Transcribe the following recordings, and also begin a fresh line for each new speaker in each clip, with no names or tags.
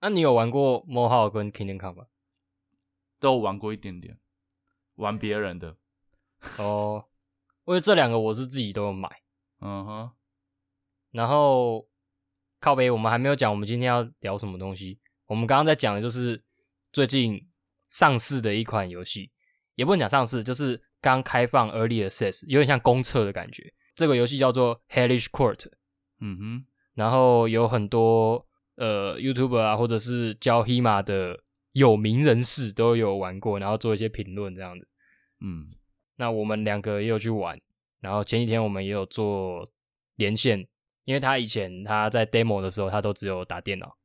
那、你有玩过 MoHo 跟 Kingdom Come 吗？
都有玩过一点点，玩别人的，
哦，因为这两个我是自己都有买。
嗯哼，
然后靠北，我们还没有讲我们今天要聊什么东西。我们刚刚在讲的就是最近上市的一款游戏，也不能讲上市，就是刚开放 Early Access，有点像公测的感觉。这个游戏叫做 Hellish Court，
嗯哼，
然后有很多呃 YouTuber 啊，或者是教 HEMA 的有名人士都有玩过，然后做一些评论这样子。
嗯
那我们两个也有去玩，然后前几天我们也有做连线，因为他以前他在 demo 的时候，他都只有打电脑，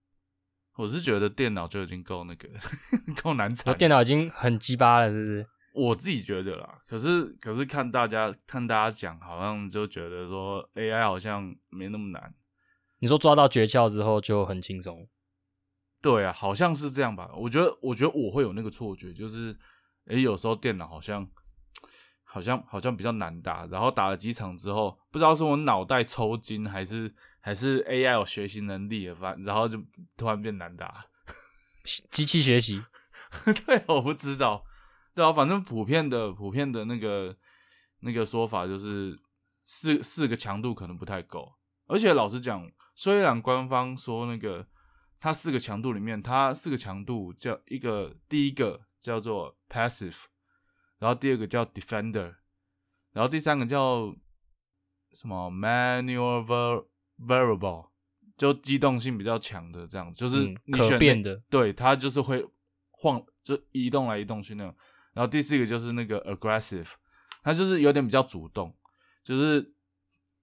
我是觉得电脑就已经够那个 够难
说
缠了，
哦电脑已经很鸡巴了，是不是？
我自己觉得啦。可是可是看大家看大家讲，好像就觉得说 AI 好像没那么难。
你说抓到诀窍之后就很轻松，
对啊，好像是这样吧。我觉得，我觉得我会有那个错觉，就是，诶，有时候电脑好像，好像好像比较难打，然后打了几场之后，不知道是我脑袋抽筋，还是还是 AI 有学习能力了，反然后就突然变难打。
机器学习，
对，我不知道。对啊，反正普遍的普遍的那个那个说法就是四四个强度可能不太够，而且老实讲，虽然官方说那个它四个强度里面，它四个强度叫一个第一个叫做 passive，然后第二个叫 defender，然后第三个叫什么 maneuver variable，就机动性比较强的这样子，就是
嗯
你选
可
那
变的，
对，它就是会晃，就移动来移动去那种。然后第四个就是那个 aggressive，它就是有点比较主动，就是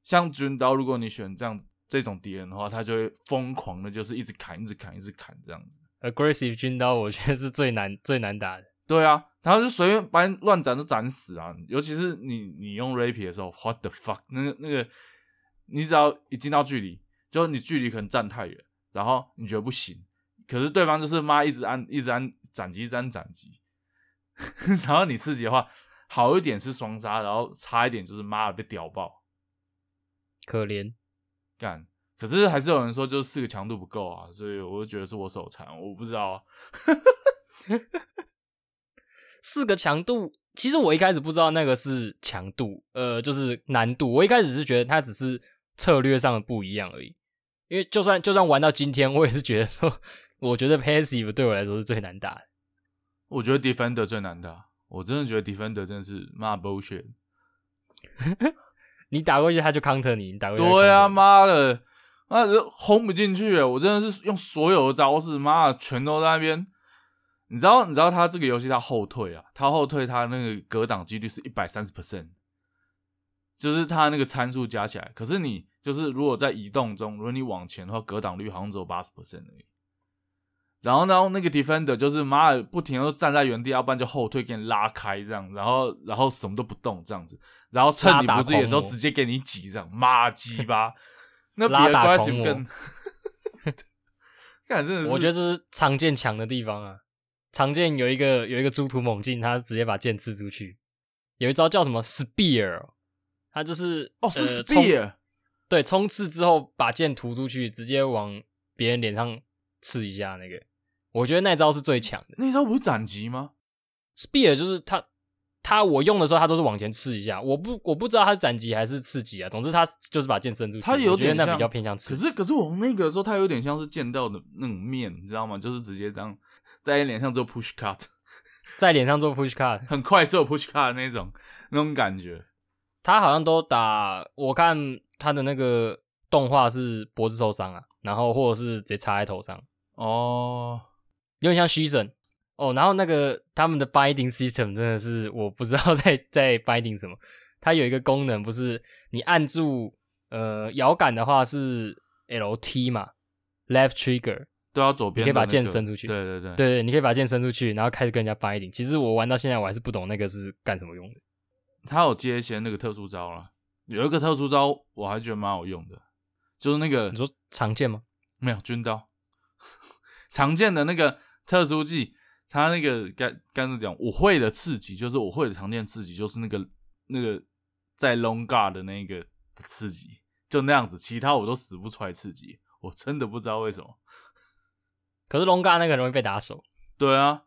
像军刀，如果你选这样这种敌人的话，他就会疯狂的，就是一直砍，一直砍，一直砍这样子。
aggressive 军刀，我觉得是最难最难打的。
对啊，然后就随便把你乱斩就斩死啊！尤其是你你用 rape 的时候，what the fuck，那个那个，你只要一进到距离，就是你距离可能站太远，然后你觉得不行，可是对方就是妈一直按一直按斩击，一直按斩击， 然后你自己的话好一点是双杀，然后差一点就是妈的被屌爆
可怜，
干。可是还是有人说就是四个强度不够啊，所以我就觉得是我手残，我不知道啊。
四个强度，其实我一开始不知道那个是强度，呃，就是难度。我一开始是觉得它只是策略上的不一样而已，因为就算就算玩到今天，我也是觉得说，我觉得 passive 对我来说是最难打的。
我觉得 Defender 最难打，我真的觉得 Defender 真的是骂 bullshit。
你打过去他就 counter 你，你打过去他就
对
counter
啊，
你，
妈的，妈的轰不进去，我真的是用所有的招式，妈的全都在那边。你知道，你知道他这个游戏他后退啊，他后退，他那个格挡几率是一百三十 percent，就是他那个参数加起来。可是你就是如果在移动中，如果你往前的话，格挡率好像只有八十 percent 而已。然后，然后那个 defender 就是妈的不停的站在原地，要不然就后退给你拉开这样，然后然后什么都不动这样子，然后趁你不注意的时
拉打
候
狂魔
直接给你挤这样，妈鸡巴， 那比
拉打狂
aggressive
魔
更， 看真的是，
我觉
得
得这是常见强的地方啊。常见有一个有一个猪突猛进，他直接把剑刺出去，有一招叫什么 spear，哦他就是
哦是
呃冲
spear，
对，冲刺之后把剑突出去，直接往别人脸上刺一下那个，我觉得那招是最强的。
那招不是斩击吗？
spear 就是他他我用的时候，他都是往前刺一下，我不我不知道他是斩击还是刺击啊，总之他就是把剑伸出去，
它有
我觉得
点
那
像
比较偏向刺
可
激。
是可是我那个时候，它有点像是剑道的那种面，你知道吗？就是直接这样在你脸上做 push cut，
在脸上做 push card，
很快速的 push cut 的那种那种感觉。
他好像都打，我看他的那个动画是脖子受伤啊，然后或者是直接插在头上，
哦，
有点像牺牲哦。然后那个他们的 binding system 真的是我不知道在 在 binding 什么，它有一个功能不是你按住呃摇杆的话是 L T 嘛，left trigger，
对啊，左
你
边
可以
的
把
那
剑
个
伸出去
对对对，
对对，你可以把剑伸出去，然后开始跟人家 binding。其实我玩到现在我还是不懂那个是干什么用的。
他有接一些那个特殊招了，有一个特殊招我还觉得蛮好用的，就是那个
你说常见吗？
没有军刀， 常见的那个特殊技，它那个该该怎么讲？我会的刺激就是我会的常见刺激，就是那个那个在 long guard 的那个刺激，就那样子，其他我都使不出来刺激，我真的不知道为什么。
可是龙嘎那个很容易被打手，
对啊，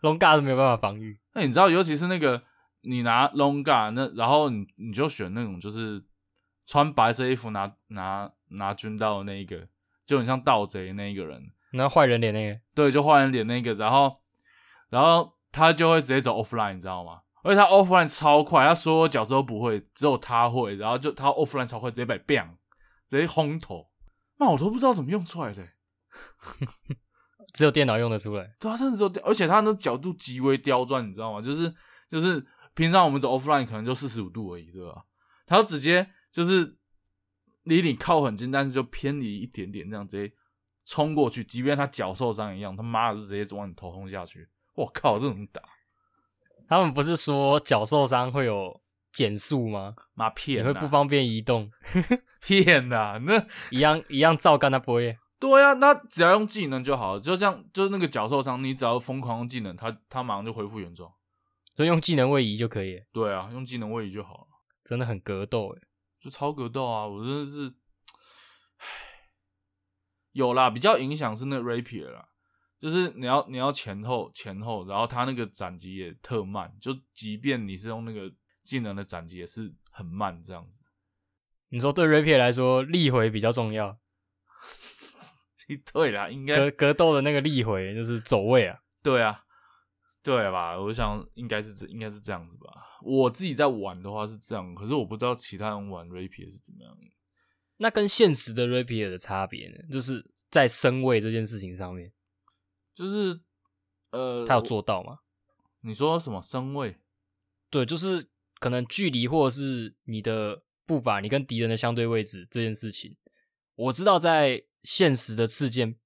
龙嘎是没有办法防御。
那你知道，尤其是那个你拿 longa 那，然后你你就选那种就是穿白色衣服拿拿拿军刀的那一个，就很像盗贼那一个人，
那坏人脸那个，
对，就换人脸那个，然后然后他就会直接走 offline，你知道吗？而且他 offline 超快，他所有角色都不会，只有他会，然后就他 offline 超快，直接被 bang，直接轰头，那我都不知道怎么用出来的、欸
只有电脑用得出来。
对啊，甚至都，而且他那角度极为刁钻，你知道吗？就是就是平常我们走 offline 可能就四十五度而已，对吧？他就直接就是离你靠很近，但是就偏离一点点，这样直接冲过去，即便他脚受伤一样，他妈的是直接往你头轰下去。我靠，这种打
他们不是说脚受伤会有减速吗？
妈
也
骗、啊，
会不方便移动，
骗呐、那
一样一样照干他不会。
对呀、啊，那只要用技能就好了，就这样，就是那个脚受伤，你只要疯狂用技能，他他马上就恢复原状。
所以用技能位移就可以了，
对啊，用技能位移就好了。
真的很格斗欸诶。
就超格斗啊，我真的是，唉有啦，比较影响是那 rapier 啦，就是你要你要前后前后，然后他那个斩击也特慢，就即便你是用那个技能的斩击也是很慢这样子，
你说对 Rapier 来说，力回比较重要，
对啦，应
格
该
格斗的那个力回就是走位啊。
对啊，对啊吧？我想应该是这应该是这样子吧，我自己在玩的话是这样，可是我不知道其他人玩 rapier 是怎么样。
那跟现实的 Rapier 的差别呢，就是在身位这件事情上面，
就是呃，
他有做到吗？
你说什么身位？
对，就是可能距离或者是你的步伐，你跟敌人的相对位置这件事情，我知道在现实的事件，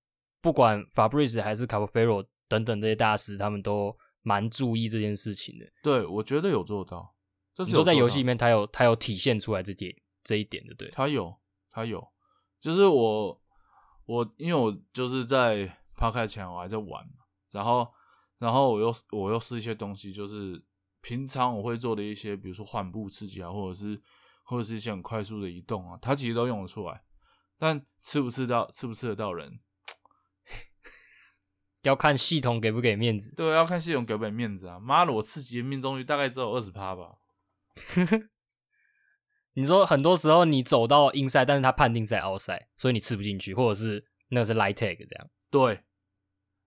不管 Fabrice 还是 c a p o f e r o 等等这些大师，他们都蛮注意这件事情的。
对，我觉得有做到。这
你
是
说在
做
游
到
戏里面，他有他有体现出来这点这一点的，对，
他有，他有，就是我我因为我就是在趴开前我还在玩嘛，然后然后我又我又试一些东西，就是平常我会做的一些，比如说缓步刺激啊，或者是或者是一些很快速的移动啊，它其实都用得出来，但吃不吃到吃不吃得到人，
要看系统给不给面子。
对，要看系统给不给面子啊。妈的，我刺激的命中率大概只有二十趴吧，
你说很多时候你走到 inside，但是他判定是在 outside，所以你吃不进去，或者是那个是 light tag 这样。
对，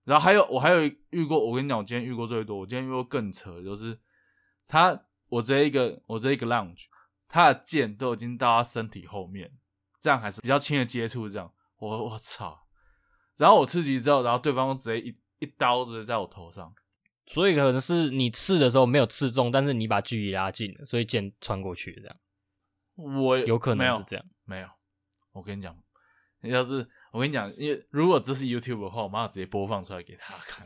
然后还有我还有遇过，我跟你讲，我今天遇过最多，我今天遇过更扯，就是他，我直接一个我直接一个 lounge，他的剑都已经到他身体后面，这样还是比较轻的接触，这样，我我操，然后我刺激之后，然后对方直接一一刀直接在我头上，
所以可能是你刺的时候没有刺中，但是你把距离拉近了，所以剑穿过去了这样。
我
有可
没
能
有
是这样。
没有，我跟你讲，要是我跟你讲，因为如果这是 YouTube 的话，我马上直接播放出来给他看。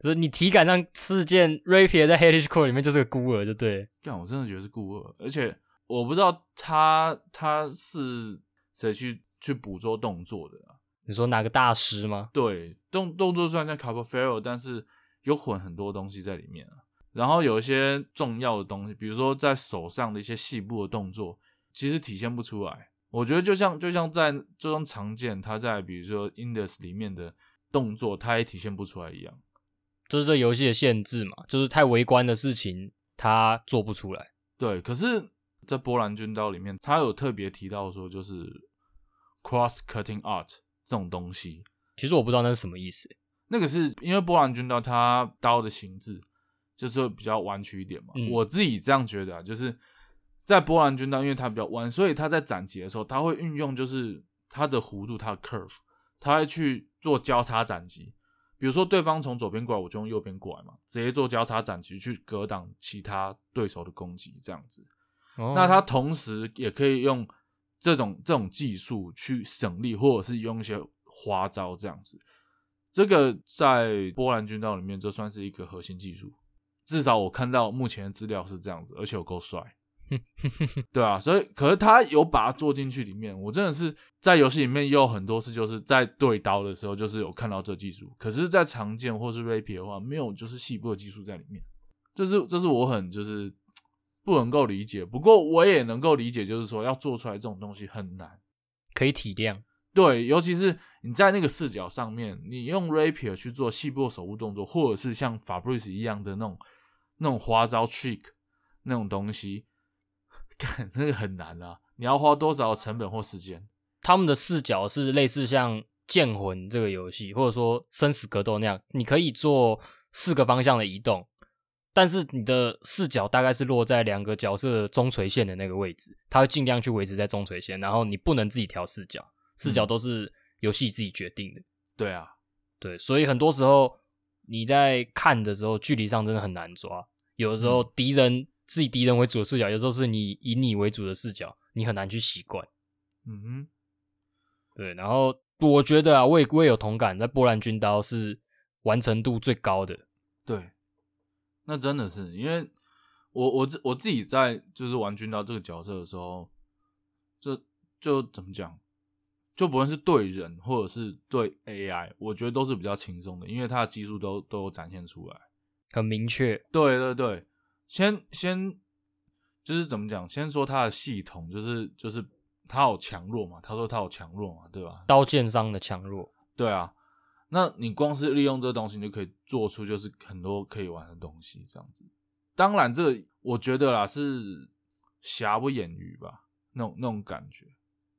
就是你体感上刺见 Rapier 在 Hellish Core 里面就是个孤儿，就对了。
干，我真的觉得是故恶，而且我不知道他他是谁去去捕捉动作的、啊。
你说哪个大师吗？
对，动动作虽然像 c a p o f e r o 但是有混很多东西在里面啊。然后有一些重要的东西，比如说在手上的一些细部的动作，其实体现不出来。我觉得就像就像在就像常见他在比如说 Indus 里面的动作，他也体现不出来一样。
就是这游戏的限制嘛，就是太围观的事情他做不出来。
对，可是，在波兰军刀里面，他有特别提到说，就是 cross cutting art 这种东西，
其实我不知道那是什么意思。欸
那个是因为波兰军刀它刀的形制就是会比较弯曲一点嘛，
嗯
我自己这样觉得啊，就是在波兰军刀，因为它比较弯，所以它在斩击的时候，它会运用就是它的弧度，它的 curve，它会去做交叉斩击。比如说对方从左边过来，我就用右边过来嘛，直接做交叉斩击去格挡其他对手的攻击，这样子。
哦
那他同时也可以用这种这种技术去省力，或者是用一些花招这样子。这个在波兰军刀里面，这算是一个核心技术。至少我看到目前的资料是这样子，而且有够帅，对啊，所以可是他有把它做进去里面，我真的是在游戏里面也有很多次，就是在对刀的时候，就是有看到这技术，可是，在常见或是 rapier 的话，没有就是细部的技术在里面。这是这是我很就是不能够理解，不过我也能够理解，就是说要做出来这种东西很难。
可以体谅，
对，尤其是你在那个视角上面，你用 rapier 去做细部手部动作，或者是像 Fabrice 一样的那种那种花招 trick 那种东西， 干那个很难啊！你要花多少成本或时间？
他们的视角是类似像《剑魂》这个游戏，或者说生死格斗那样，你可以做四个方向的移动，但是你的视角大概是落在两个角色中垂线的那个位置，它会尽量去维持在中垂线，然后你不能自己调视角，视角都是游戏自己决定的。
对啊，
对，所以很多时候你在看的时候，距离上真的很难抓。有的时候敌人自己敌人为主的视角，有时候是你以你为主的视角，你很难去习惯。
嗯哼，
对，然后我觉得啊，我也我也有同感，在波兰军刀是完成度最高的。
对，那真的是因为我我自我自己在就是玩军刀这个角色的时候，就就怎么讲，就不论是对人或者是对 AI，我觉得都是比较轻松的，因为它的技术都都有展现出来。
很明确，
对对对，先先就是怎么讲，先说它的系统，就是就是它有强弱嘛，他说它有强弱嘛，对吧？
刀剑上的强弱，
对啊，那你光是利用这东西，你就可以做出就是很多可以玩的东西，这样子。当然，这个我觉得啦是瑕不掩瑜吧，那种那种感觉。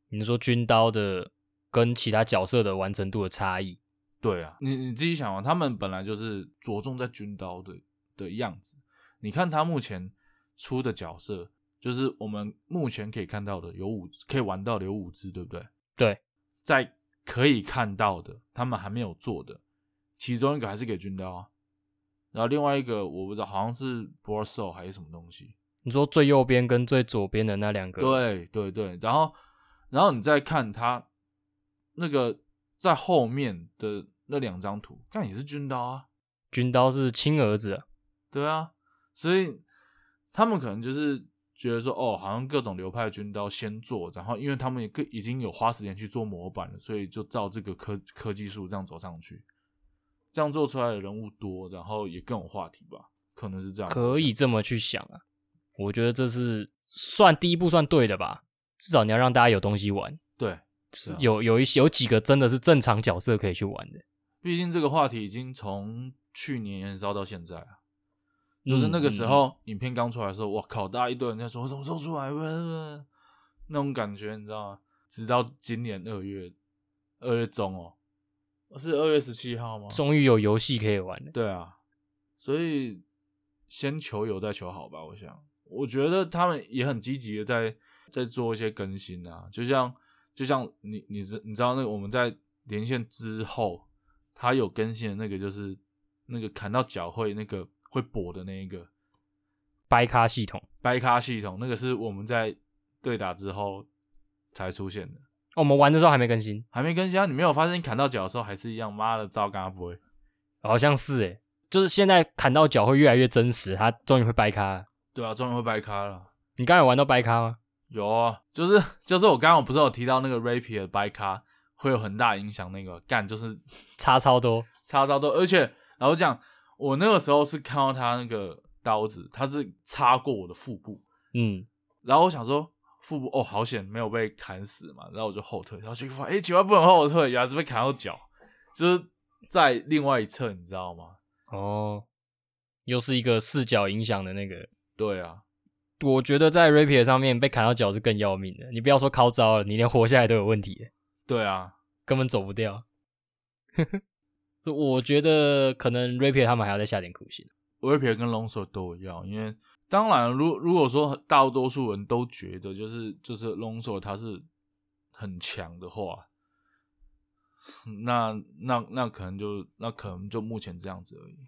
你说军刀的跟其他角色的完成度的差异，
对啊，你你自己想啊，他们本来就是着重在军刀的的样子。你看他目前出的角色，就是我们目前可以看到的有五，可以玩到的有五只，对不对？
对，
在可以看到的，他们还没有做的，其中一个还是给军刀啊，然后另外一个我不知道，好像是 b o r s o 还是什么东西，
你说最右边跟最左边的那两个，，
对对对，然后然后你再看他那个在后面的那两张图，看也是军刀啊，
军刀是亲儿子啊，
对啊，所以他们可能就是觉得说，哦，好像各种流派的军刀先做，然后因为他们也各已经有花时间去做模板了，所以就照这个科科技树这样走上去，这样做出来的人物多，然后也更有话题吧，可啊能是这样。
可以，这么去想啊。我觉得这是算第一步算对的吧，至少你要让大家有东西玩，
对，
是
啊
有有一些有几个真的是正常角色可以去玩的，
毕竟这个话题已经从去年延烧到现在啊了。就是那个时
嗯
候，影片刚出来的时候，我靠，大家一堆人在说什么时候出来， 呃那种感觉，你知道吗？直到今年二月，二月中哦，是二月十七号吗？
终于有游戏可以玩了。
对啊，所以先求有再求好吧。我想，我觉得他们也很积极的在在做一些更新啊，就像就像你你知你知道那个我们在连线之后，他有更新的那个就是那个砍到脚会那个会跛的那一个
掰咖系统
掰咖系统，那个是我们在对打之后才出现的，
哦我们玩的时候还没更新，
还没更新啊。你没有发现你砍到脚的时候还是一样，妈的糟咖不会。
好像是诶、就是现在砍到脚会越来越真实，它终于会掰咖了。
对啊，终于会掰咖了。
你刚才有玩到掰咖吗？
有啊，就是 就是我刚刚我不是有提到那个 rapier 的掰卡会有很大影响，那个干就是
差超多，
插刀都，而且然后讲我那个时候是看到他那个刀子，他是插过我的腹部，
嗯，
然后我想说腹部哦好险没有被砍死嘛，然后我就后退，然后结果发现哎九万不能后退，原来是被砍到脚，就是在另外一侧，你知道吗？
哦，又是一个视角影响的那个。
对啊，
我觉得在 Rapier 上面被砍到脚是更要命的，你不要说靠招了，你连活下来都有问题耶，
对啊，
根本走不掉。 我觉得可能 Rapier 他们还要再下点苦心。
rapier 跟 longsword 都一样，因为当然，如如果说大多数人都觉得就是就是 longsword 它是很强的话，那那那可能就那可能就目前这样子而已。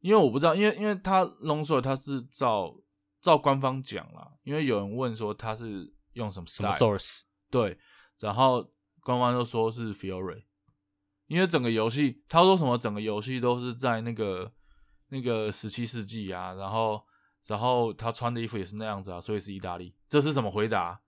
因为我不知道，因为因为它 longsword 它是照照官方讲啦，因为有人问说它是用什么
什么
style，
Source？
对，然后官方就说是 Fury，因为整个游戏，他说什么整个游戏都是在那个那个十七世纪啊，然后然后他穿的衣服也是那样子啊，所以是意大利，这是什么回答？啊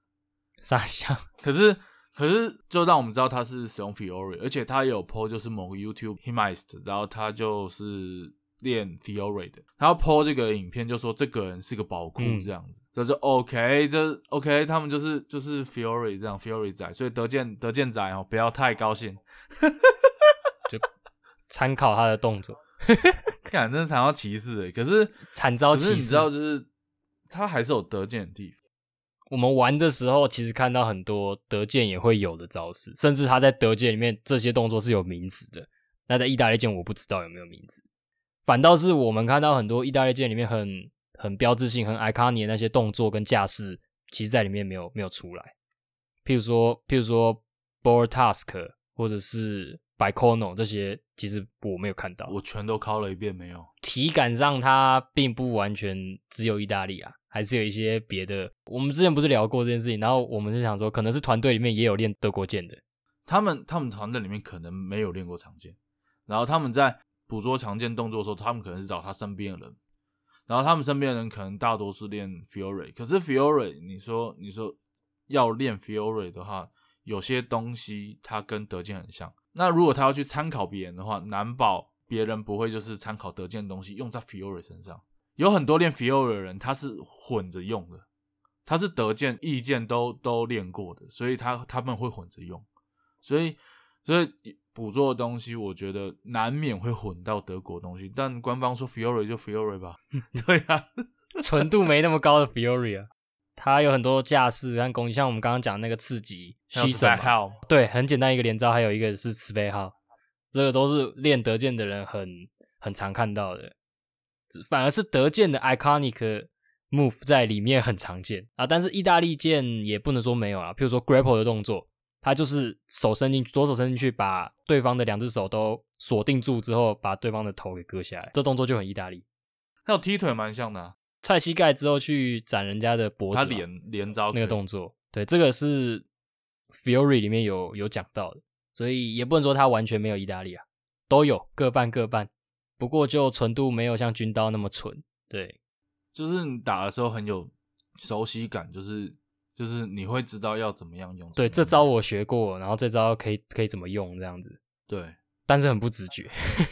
傻笑。
可是可是就让我们知道他是使用 Fiore，而且他也有 PO 就是某个 YouTube h i m i s t 然后他就是练 Theory 的，他要 PO 这个影片，就说这个人是个宝库
嗯
这样子，就是 OK，这 OK，他们就是就是 Theory 这样 Theory 仔，所以德健德健仔哦，不要太高兴，
参考他的动作，
看真的惨到歧视欸，可是
惨遭
可是
歧
你知
视。
道就是他还是有德健的地方。
我们玩的时候，其实看到很多德剑也会有的招式，甚至他在德剑里面这些动作是有名词的。那在意大利剑，我不知道有没有名字。反倒是我们看到很多意大利剑里面很很标志性、很 iconic 的那些动作跟架势，其实在里面没有没有出来。譬如说，譬如说 board task 或者是 b i c o n o 这些，其实我没有看到。
我全都敲了一遍，没有。
体感上它并不完全只有意大利啊，还是有一些别的。我们之前不是聊过这件事情，然后我们就想说，可能是团队里面也有练德国剑的，
他们他们团队里面可能没有练过长剑，然后他们在捕捉长剑动作的时候，他们可能是找他身边的人，然后他们身边的人可能大多是练 Fury，可是 Fury，你说你说要练 Fury 的话，有些东西它跟德剑很像，那如果他要去参考别人的话，难保别人不会就是参考德剑的东西用在 Fury 身上。有很多练 Fury 的人，他是混着用的，他是德剑、意剑都都练过的，所以他他们会混着用。所以所以捕捉的东西，我觉得难免会混到德国东西，但官方说 Fiore 就 Fiore 吧，
嗯
对啊，
纯度没那么高的 Fury 啊。它有很多架势和攻击，像我们刚刚讲那个刺激、
还有
吸神嘛
Speckhal
对，很简单一个连招，还有一个是慈悲号，这个都是练德剑的人很很常看到的，只反而是德剑的 iconic move 在里面很常见啊。但是意大利剑也不能说没有啊，譬如说 grapple 的动作，它就是手伸进去，左手伸进去，把对方的两只手都锁定住之后，把对方的头给割下来，这动作就很意大利。
还有踢腿蛮像的、啊，
踹膝盖之后去斩人家的脖子
他
嘛，
连连招
那个
可以
动作。对，这个是 Fury 里面有有讲到的，所以也不能说它完全没有意大利啊，都有各半各半，不过就纯度没有像军刀那么纯。对，
就是你打的时候很有熟悉感，就是就是你会知道要怎么样用。
对，这
怎么样
招我学过，然后这招可以可以怎么用这样子，
对
但是很不直觉。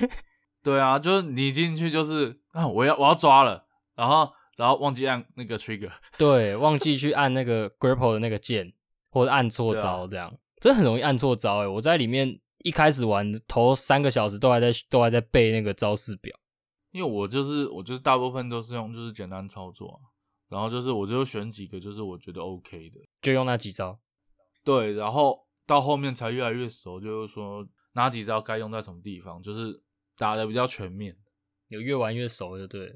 对啊，就是你进去就是啊，我要我要抓了，然后然后忘记按那个 trigger，
对，忘记去按那个 grapple 的那个键，或者按错
对
招这样，真的很容易按错招欸诶、我在里面一开始玩头三个小时都还在都还在背那个招式表。
因为我就是我就是大部分都是用就是简单操作啊、然后就是我就选几个就是我觉得 OK 的。
就用那几招。
对，然后到后面才越来越熟，就是说哪几招该用在什么地方，就是打的比较全面。
有越玩越熟就对了。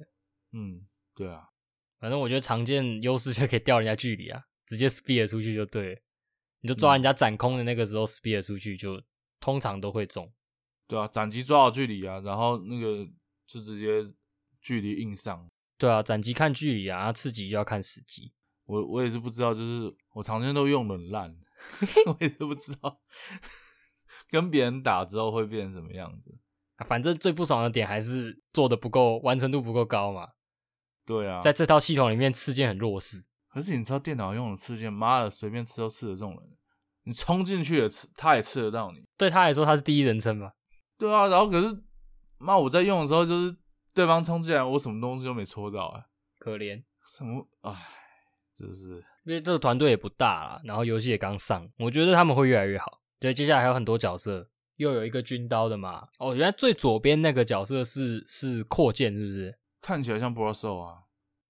嗯，对啊，
反正我觉得常见优势就可以吊人家距离啊，直接 spear 出去就对了。你就抓人家斩空的那个时候 spear 出去就，通常都会中。
对啊，斩击抓好距离啊，然后那个就直接距离硬上。
对啊，斩击看距离啊，啊刺激就要看时机。
我我也是不知道，就是我常见都用得很烂， 我也是不知道 跟别人打之后会变成什么样子。
啊反正最不爽的点还是做的不够，完成度不够高嘛。
对啊，
在这套系统里面，刺剑很弱势。
可是你知道电脑用的刺剑，妈的，随便刺都刺得中人，你冲进去也刺，他也刺得到你。
对他来说，他是第一人称嘛，
对啊，然后可是妈我在用的时候，就是对方冲进来，我什么东西都没戳到、啊，
可怜。
什么唉，真是
因为这个团队也不大啦，然后游戏也刚上，我觉得他们会越来越好。对，接下来还有很多角色，又有一个军刀的嘛。哦，原来最左边那个角色是是扩建，是不是？
看起来像 b r o s o 啊，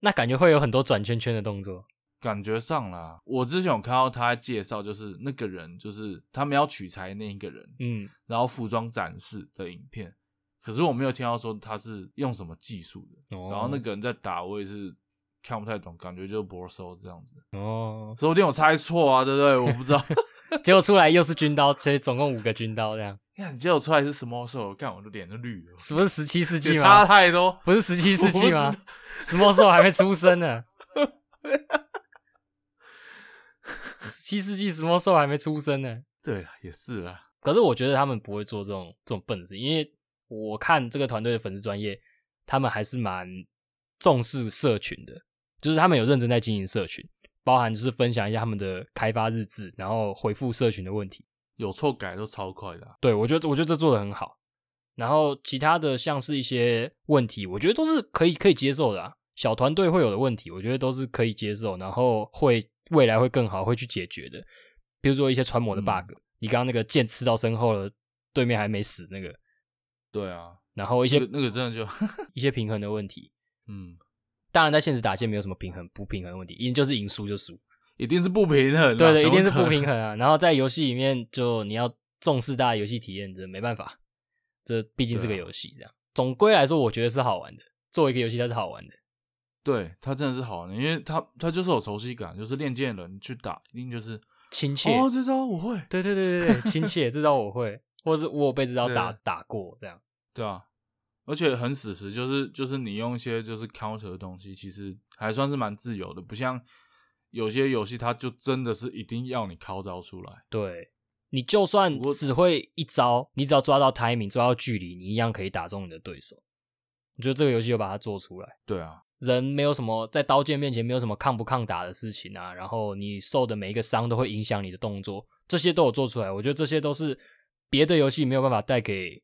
那感觉会有很多转圈圈的动作。
感觉上啦。我之前有看到他介绍，就是那个人，就是他们要取材那一个人，
嗯，
然后服装展示的影片，可是我没有听到说他是用什么技术的。
哦
然后那个人在打，我也是看不太懂，感觉就是 b r o s o 这样子，
哦，
说不定我猜错啊，对不对？我不知道。
结果出来又是军刀，所以总共五个军刀这样，
看你结果出来是什么时候？干我的脸都绿了。
是不是十七世纪
也差
吗？
太多。
不是十七世纪
我
吗
不知？
什么时候还没出生呢？ 十七世纪什么时候还没出生呢？
对啦，也是啊啦。
可是我觉得他们不会做这种这种笨事，因为我看这个团队的粉丝专业，他们还是蛮重视社群的，就是他们有认真在经营社群，包含就是分享一下他们的开发日志，然后回复社群的问题。
有错改都超快的啊、
对我觉得，我觉得这做的很好。然后其他的像是一些问题，我觉得都是可以可以接受的、啊。小团队会有的问题，我觉得都是可以接受，然后会未来会更好，会去解决的。比如说一些穿模的
嗯
bug，、你刚刚那个剑刺到身后了，对面还没死那个，
对啊，
然后一
那
些
个那个真的就，
一些平衡的问题。
嗯，
当然，在现实打线没有什么平衡不平衡的问题，赢就是赢，输就输。
一定是不平衡啊，
对对，
怎
一
么
定是
可
不平
能。
衡啊。然后在游戏里面，就你要重视大家游戏体验，这没办法，这毕竟是个
对啊
游戏。这样、总归来说，我觉得是好玩的。作为一个游戏，它是好玩的。
对他真的是好玩的，因为他他就是有熟悉感，就是练剑的人去打，一定就是
亲切
哦，这招我会，
对对对对对，亲切，这招我会，或是我有被这招打
对
打过这样。
对啊，而且很史实，就是就是你用一些就是 counter 的东西，其实还算是蛮自由的，不像有些游戏它就真的是一定要你 c 招出来。
对你就算
不过
只会一招，你只要抓到 timing，抓到距离，你一样可以打中你的对手。我觉得这个游戏有把它做出来。
对啊，
人没有什么在刀剑面前没有什么抗不抗打的事情啊，然后你受的每一个伤都会影响你的动作，这些都有做出来。我觉得这些都是别的游戏没有办法带给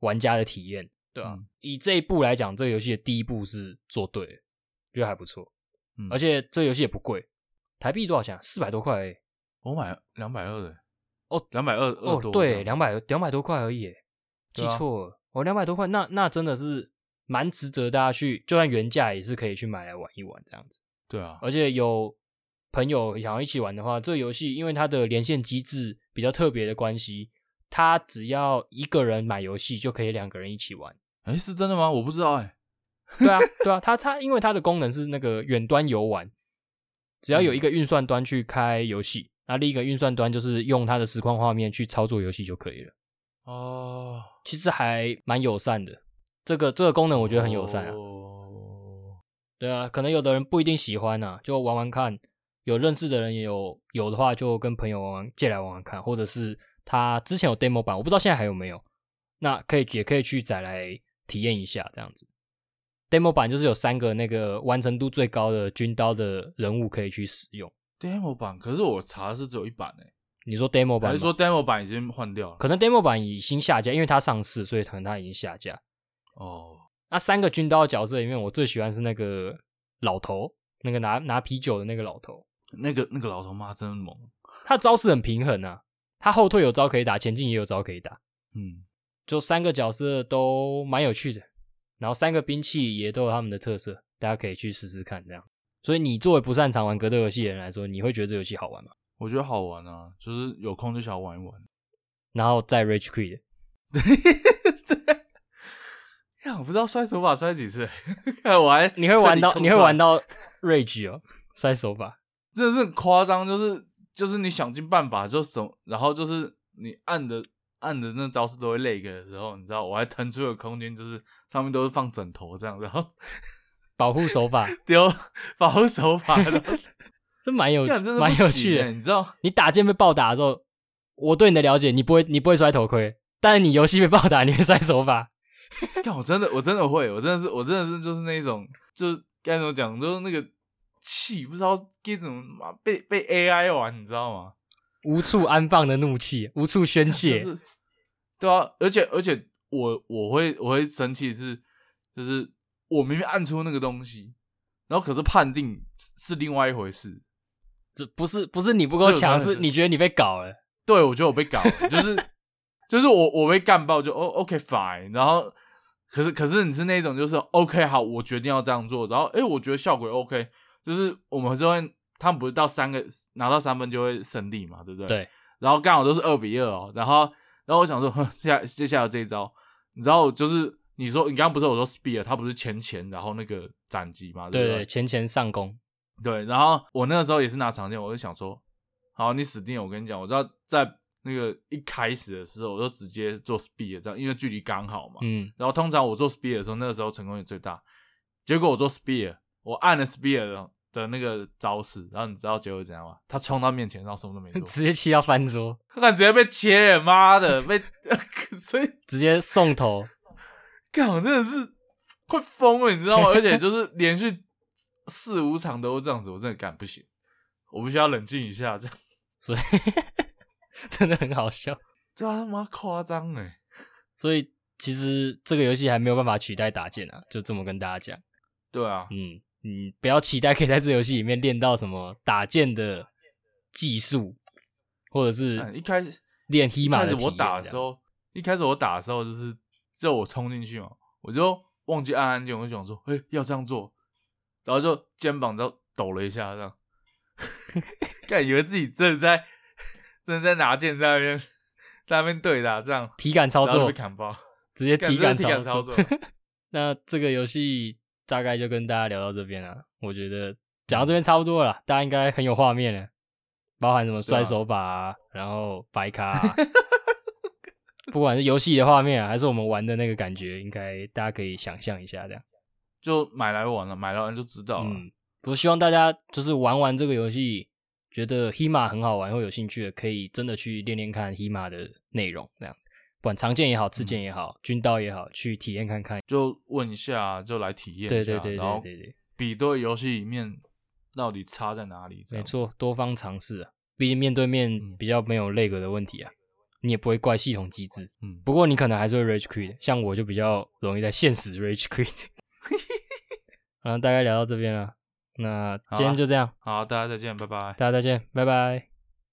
玩家的体验，对吧、啊
嗯
以这一步来讲，这个游戏的第一步是做对了，觉得还不错。
嗯
而且这个游戏也不贵，台币多少钱啊？四百多块而已。
我买两百二的，
哦，
两百二二
哦
多，，
对，两百两百多块而已耶，记
对啊
错了，哦，两百多块，那那真的是蛮值得大家去，就算原价也是可以去买来玩一玩这样子。
对啊，
而且有朋友想要一起玩的话，这个游戏因为它的连线机制比较特别的关系，它只要一个人买游戏就可以两个人一起玩。
哎，是真的吗？我不知道哎，
对啊，对啊，它它因为它的功能是那个远端游玩，只要有一个运算端去开游戏，那另一个运算端就是用它的实况画面去操作游戏就可以了。
哦，
其实还蛮友善的，这个这个功能我觉得很友善啊。
哦，
对啊，可能有的人不一定喜欢啊，就玩玩看。有认识的人也有，有的话就跟朋友玩玩，借来玩玩看，或者是他之前有 demo 版，我不知道现在还有没有。那可以也可以去载来体验一下这样子。demo 版就是有三个那个完成度最高的军刀的人物可以去使用。
demo 版，可是我查的是只有一版哎，
你说 demo 版吗
还是说 demo 版已经换掉了？
可能 demo 版已经下架，因为它上市，所以可能它已经下架。
哦，
那三个军刀的角色里面，我最喜欢是那个老头，那个拿拿啤酒的那个老头。
那个那个老头妈真猛，
他招式很平衡啊，他后退有招可以打，前进也有招可以打，
嗯，
就三个角色都蛮有趣的，然后三个兵器也都有他们的特色，大家可以去试试看这样。所以你作为不擅长玩格斗游戏的人来说，你会觉得这游戏好玩吗？
我觉得好玩啊，就是有空就想玩一玩。
然后再 Rage Quit，
这呀，我不知道摔手把摔几次， 看我还
你会玩到
特地
你
空
会玩
转，
到 Rage 哦，摔手把。
真的是很夸张，就是就是你想尽办法，就什么，然后就是你按的按的那招式都会累个的时候，你知道，我还腾出了空间，就是上面都是放枕头这样，然后
保护手把，
丢保护手把， 然后
这蛮有
干真的
蛮
不
有
行
趣的。
欸你知道
你打剑被暴打的时候，我对你的了解，你不会你不会摔头盔，但是你游戏被暴打，你会摔手把。
看，我真的，我真的会，我真的是，我真的是，就是那一种，就是该怎么讲，就是那个气，不知道该怎么妈被被 AI 玩，你知道吗？
无处安放的怒气，无处宣泄。
就是，对啊，而且而且我我会我会生气是，就是我明明按出那个东西，然后可是判定是是另外一回事，
这不是不是你不够强，
是有可能
是
是
你觉得你被搞了。
对，我觉得我被搞了，就是就是我我被干爆就哦 OK fine，然后可是可是你是那种就是 OK 好，我决定要这样做，然后诶、我觉得效果也 OK，就是我们就会他们不是到三个拿到三分就会胜利嘛，对不对？
对。
然后刚好都是二比二哦，然后然后我想说，哼，下接下来这一招，你知道就是你说你刚刚不是我说 spear，他不是前前然后那个斩击嘛，
对
不
对，前前上攻，
对，然后我那个时候也是拿长剑，我就想说，好，你死定了！我跟你讲，我知道在那个一开始的时候，我就直接做 speed 这样，因为距离刚好嘛。
嗯，
然后通常我做 speed 的时候，那个时候成功率最大。结果我做 speed，我按了 speed 的那个招式，然后你知道结果怎样吗？他冲到面前，然后什么都没做，
直接气到翻桌，
他敢直接被切，妈的，被， 所以
直接送头，
干，我真的是快疯了，你知道吗？而且就是连续四五场都这样子，我真的干不行，我必须要冷静一下。这样，
所以真的很好笑。欸
这他妈夸张哎！
所以其实这个游戏还没有办法取代打剑啊，就这么跟大家讲。
对啊，
嗯，你不要期待可以在这游戏里面练到什么打剑的技术，或者
哎
是
一开始
嗯练
一
黑马
开
的
始
体验
我打的
这
时
样，
候，一开始我打的时候就是，就我冲进去嘛，我就忘记按按键，我就想说，哎、要这样做，然后就肩膀就抖了一下，这样， 干以为自己真的在真的在拿剑在那边 在那边对打，这样
体感操
然后就
作
被砍爆，
直接
干
体
真的
感
体感
操
操作。
那这个游戏大概就跟大家聊到这边了，我觉得讲到这边差不多了啦，大家应该很有画面了，包含什么摔手把、啊，然后白卡、啊，不管是游戏的画面、啊、还是我们玩的那个感觉，应该大家可以想象一下这样。
就买来玩了，买来玩就知道了。
嗯，我希望大家就是玩完这个游戏，觉得 Hema 很好玩或有兴趣的，可以真的去练练看 Hema 的内容，这样，不管长剑也好，刺剑也好，军刀也好，去体验看看。
就问一下，就来体验
对
一
对
下，
对
然
对
后
对对，
比对游戏里面到底差在哪里。这
没
样，
错，多方尝试啊，毕竟面对面
嗯
比较没有那个的问题啊，你也不会怪系统机制。
嗯，
不过你可能还是会 rage quit，像我就比较容易在现实 rage quit。啊，大概聊到这边了，那今
好
天
啊
就这样，
好，大家再见，拜拜。
大家再见，拜拜。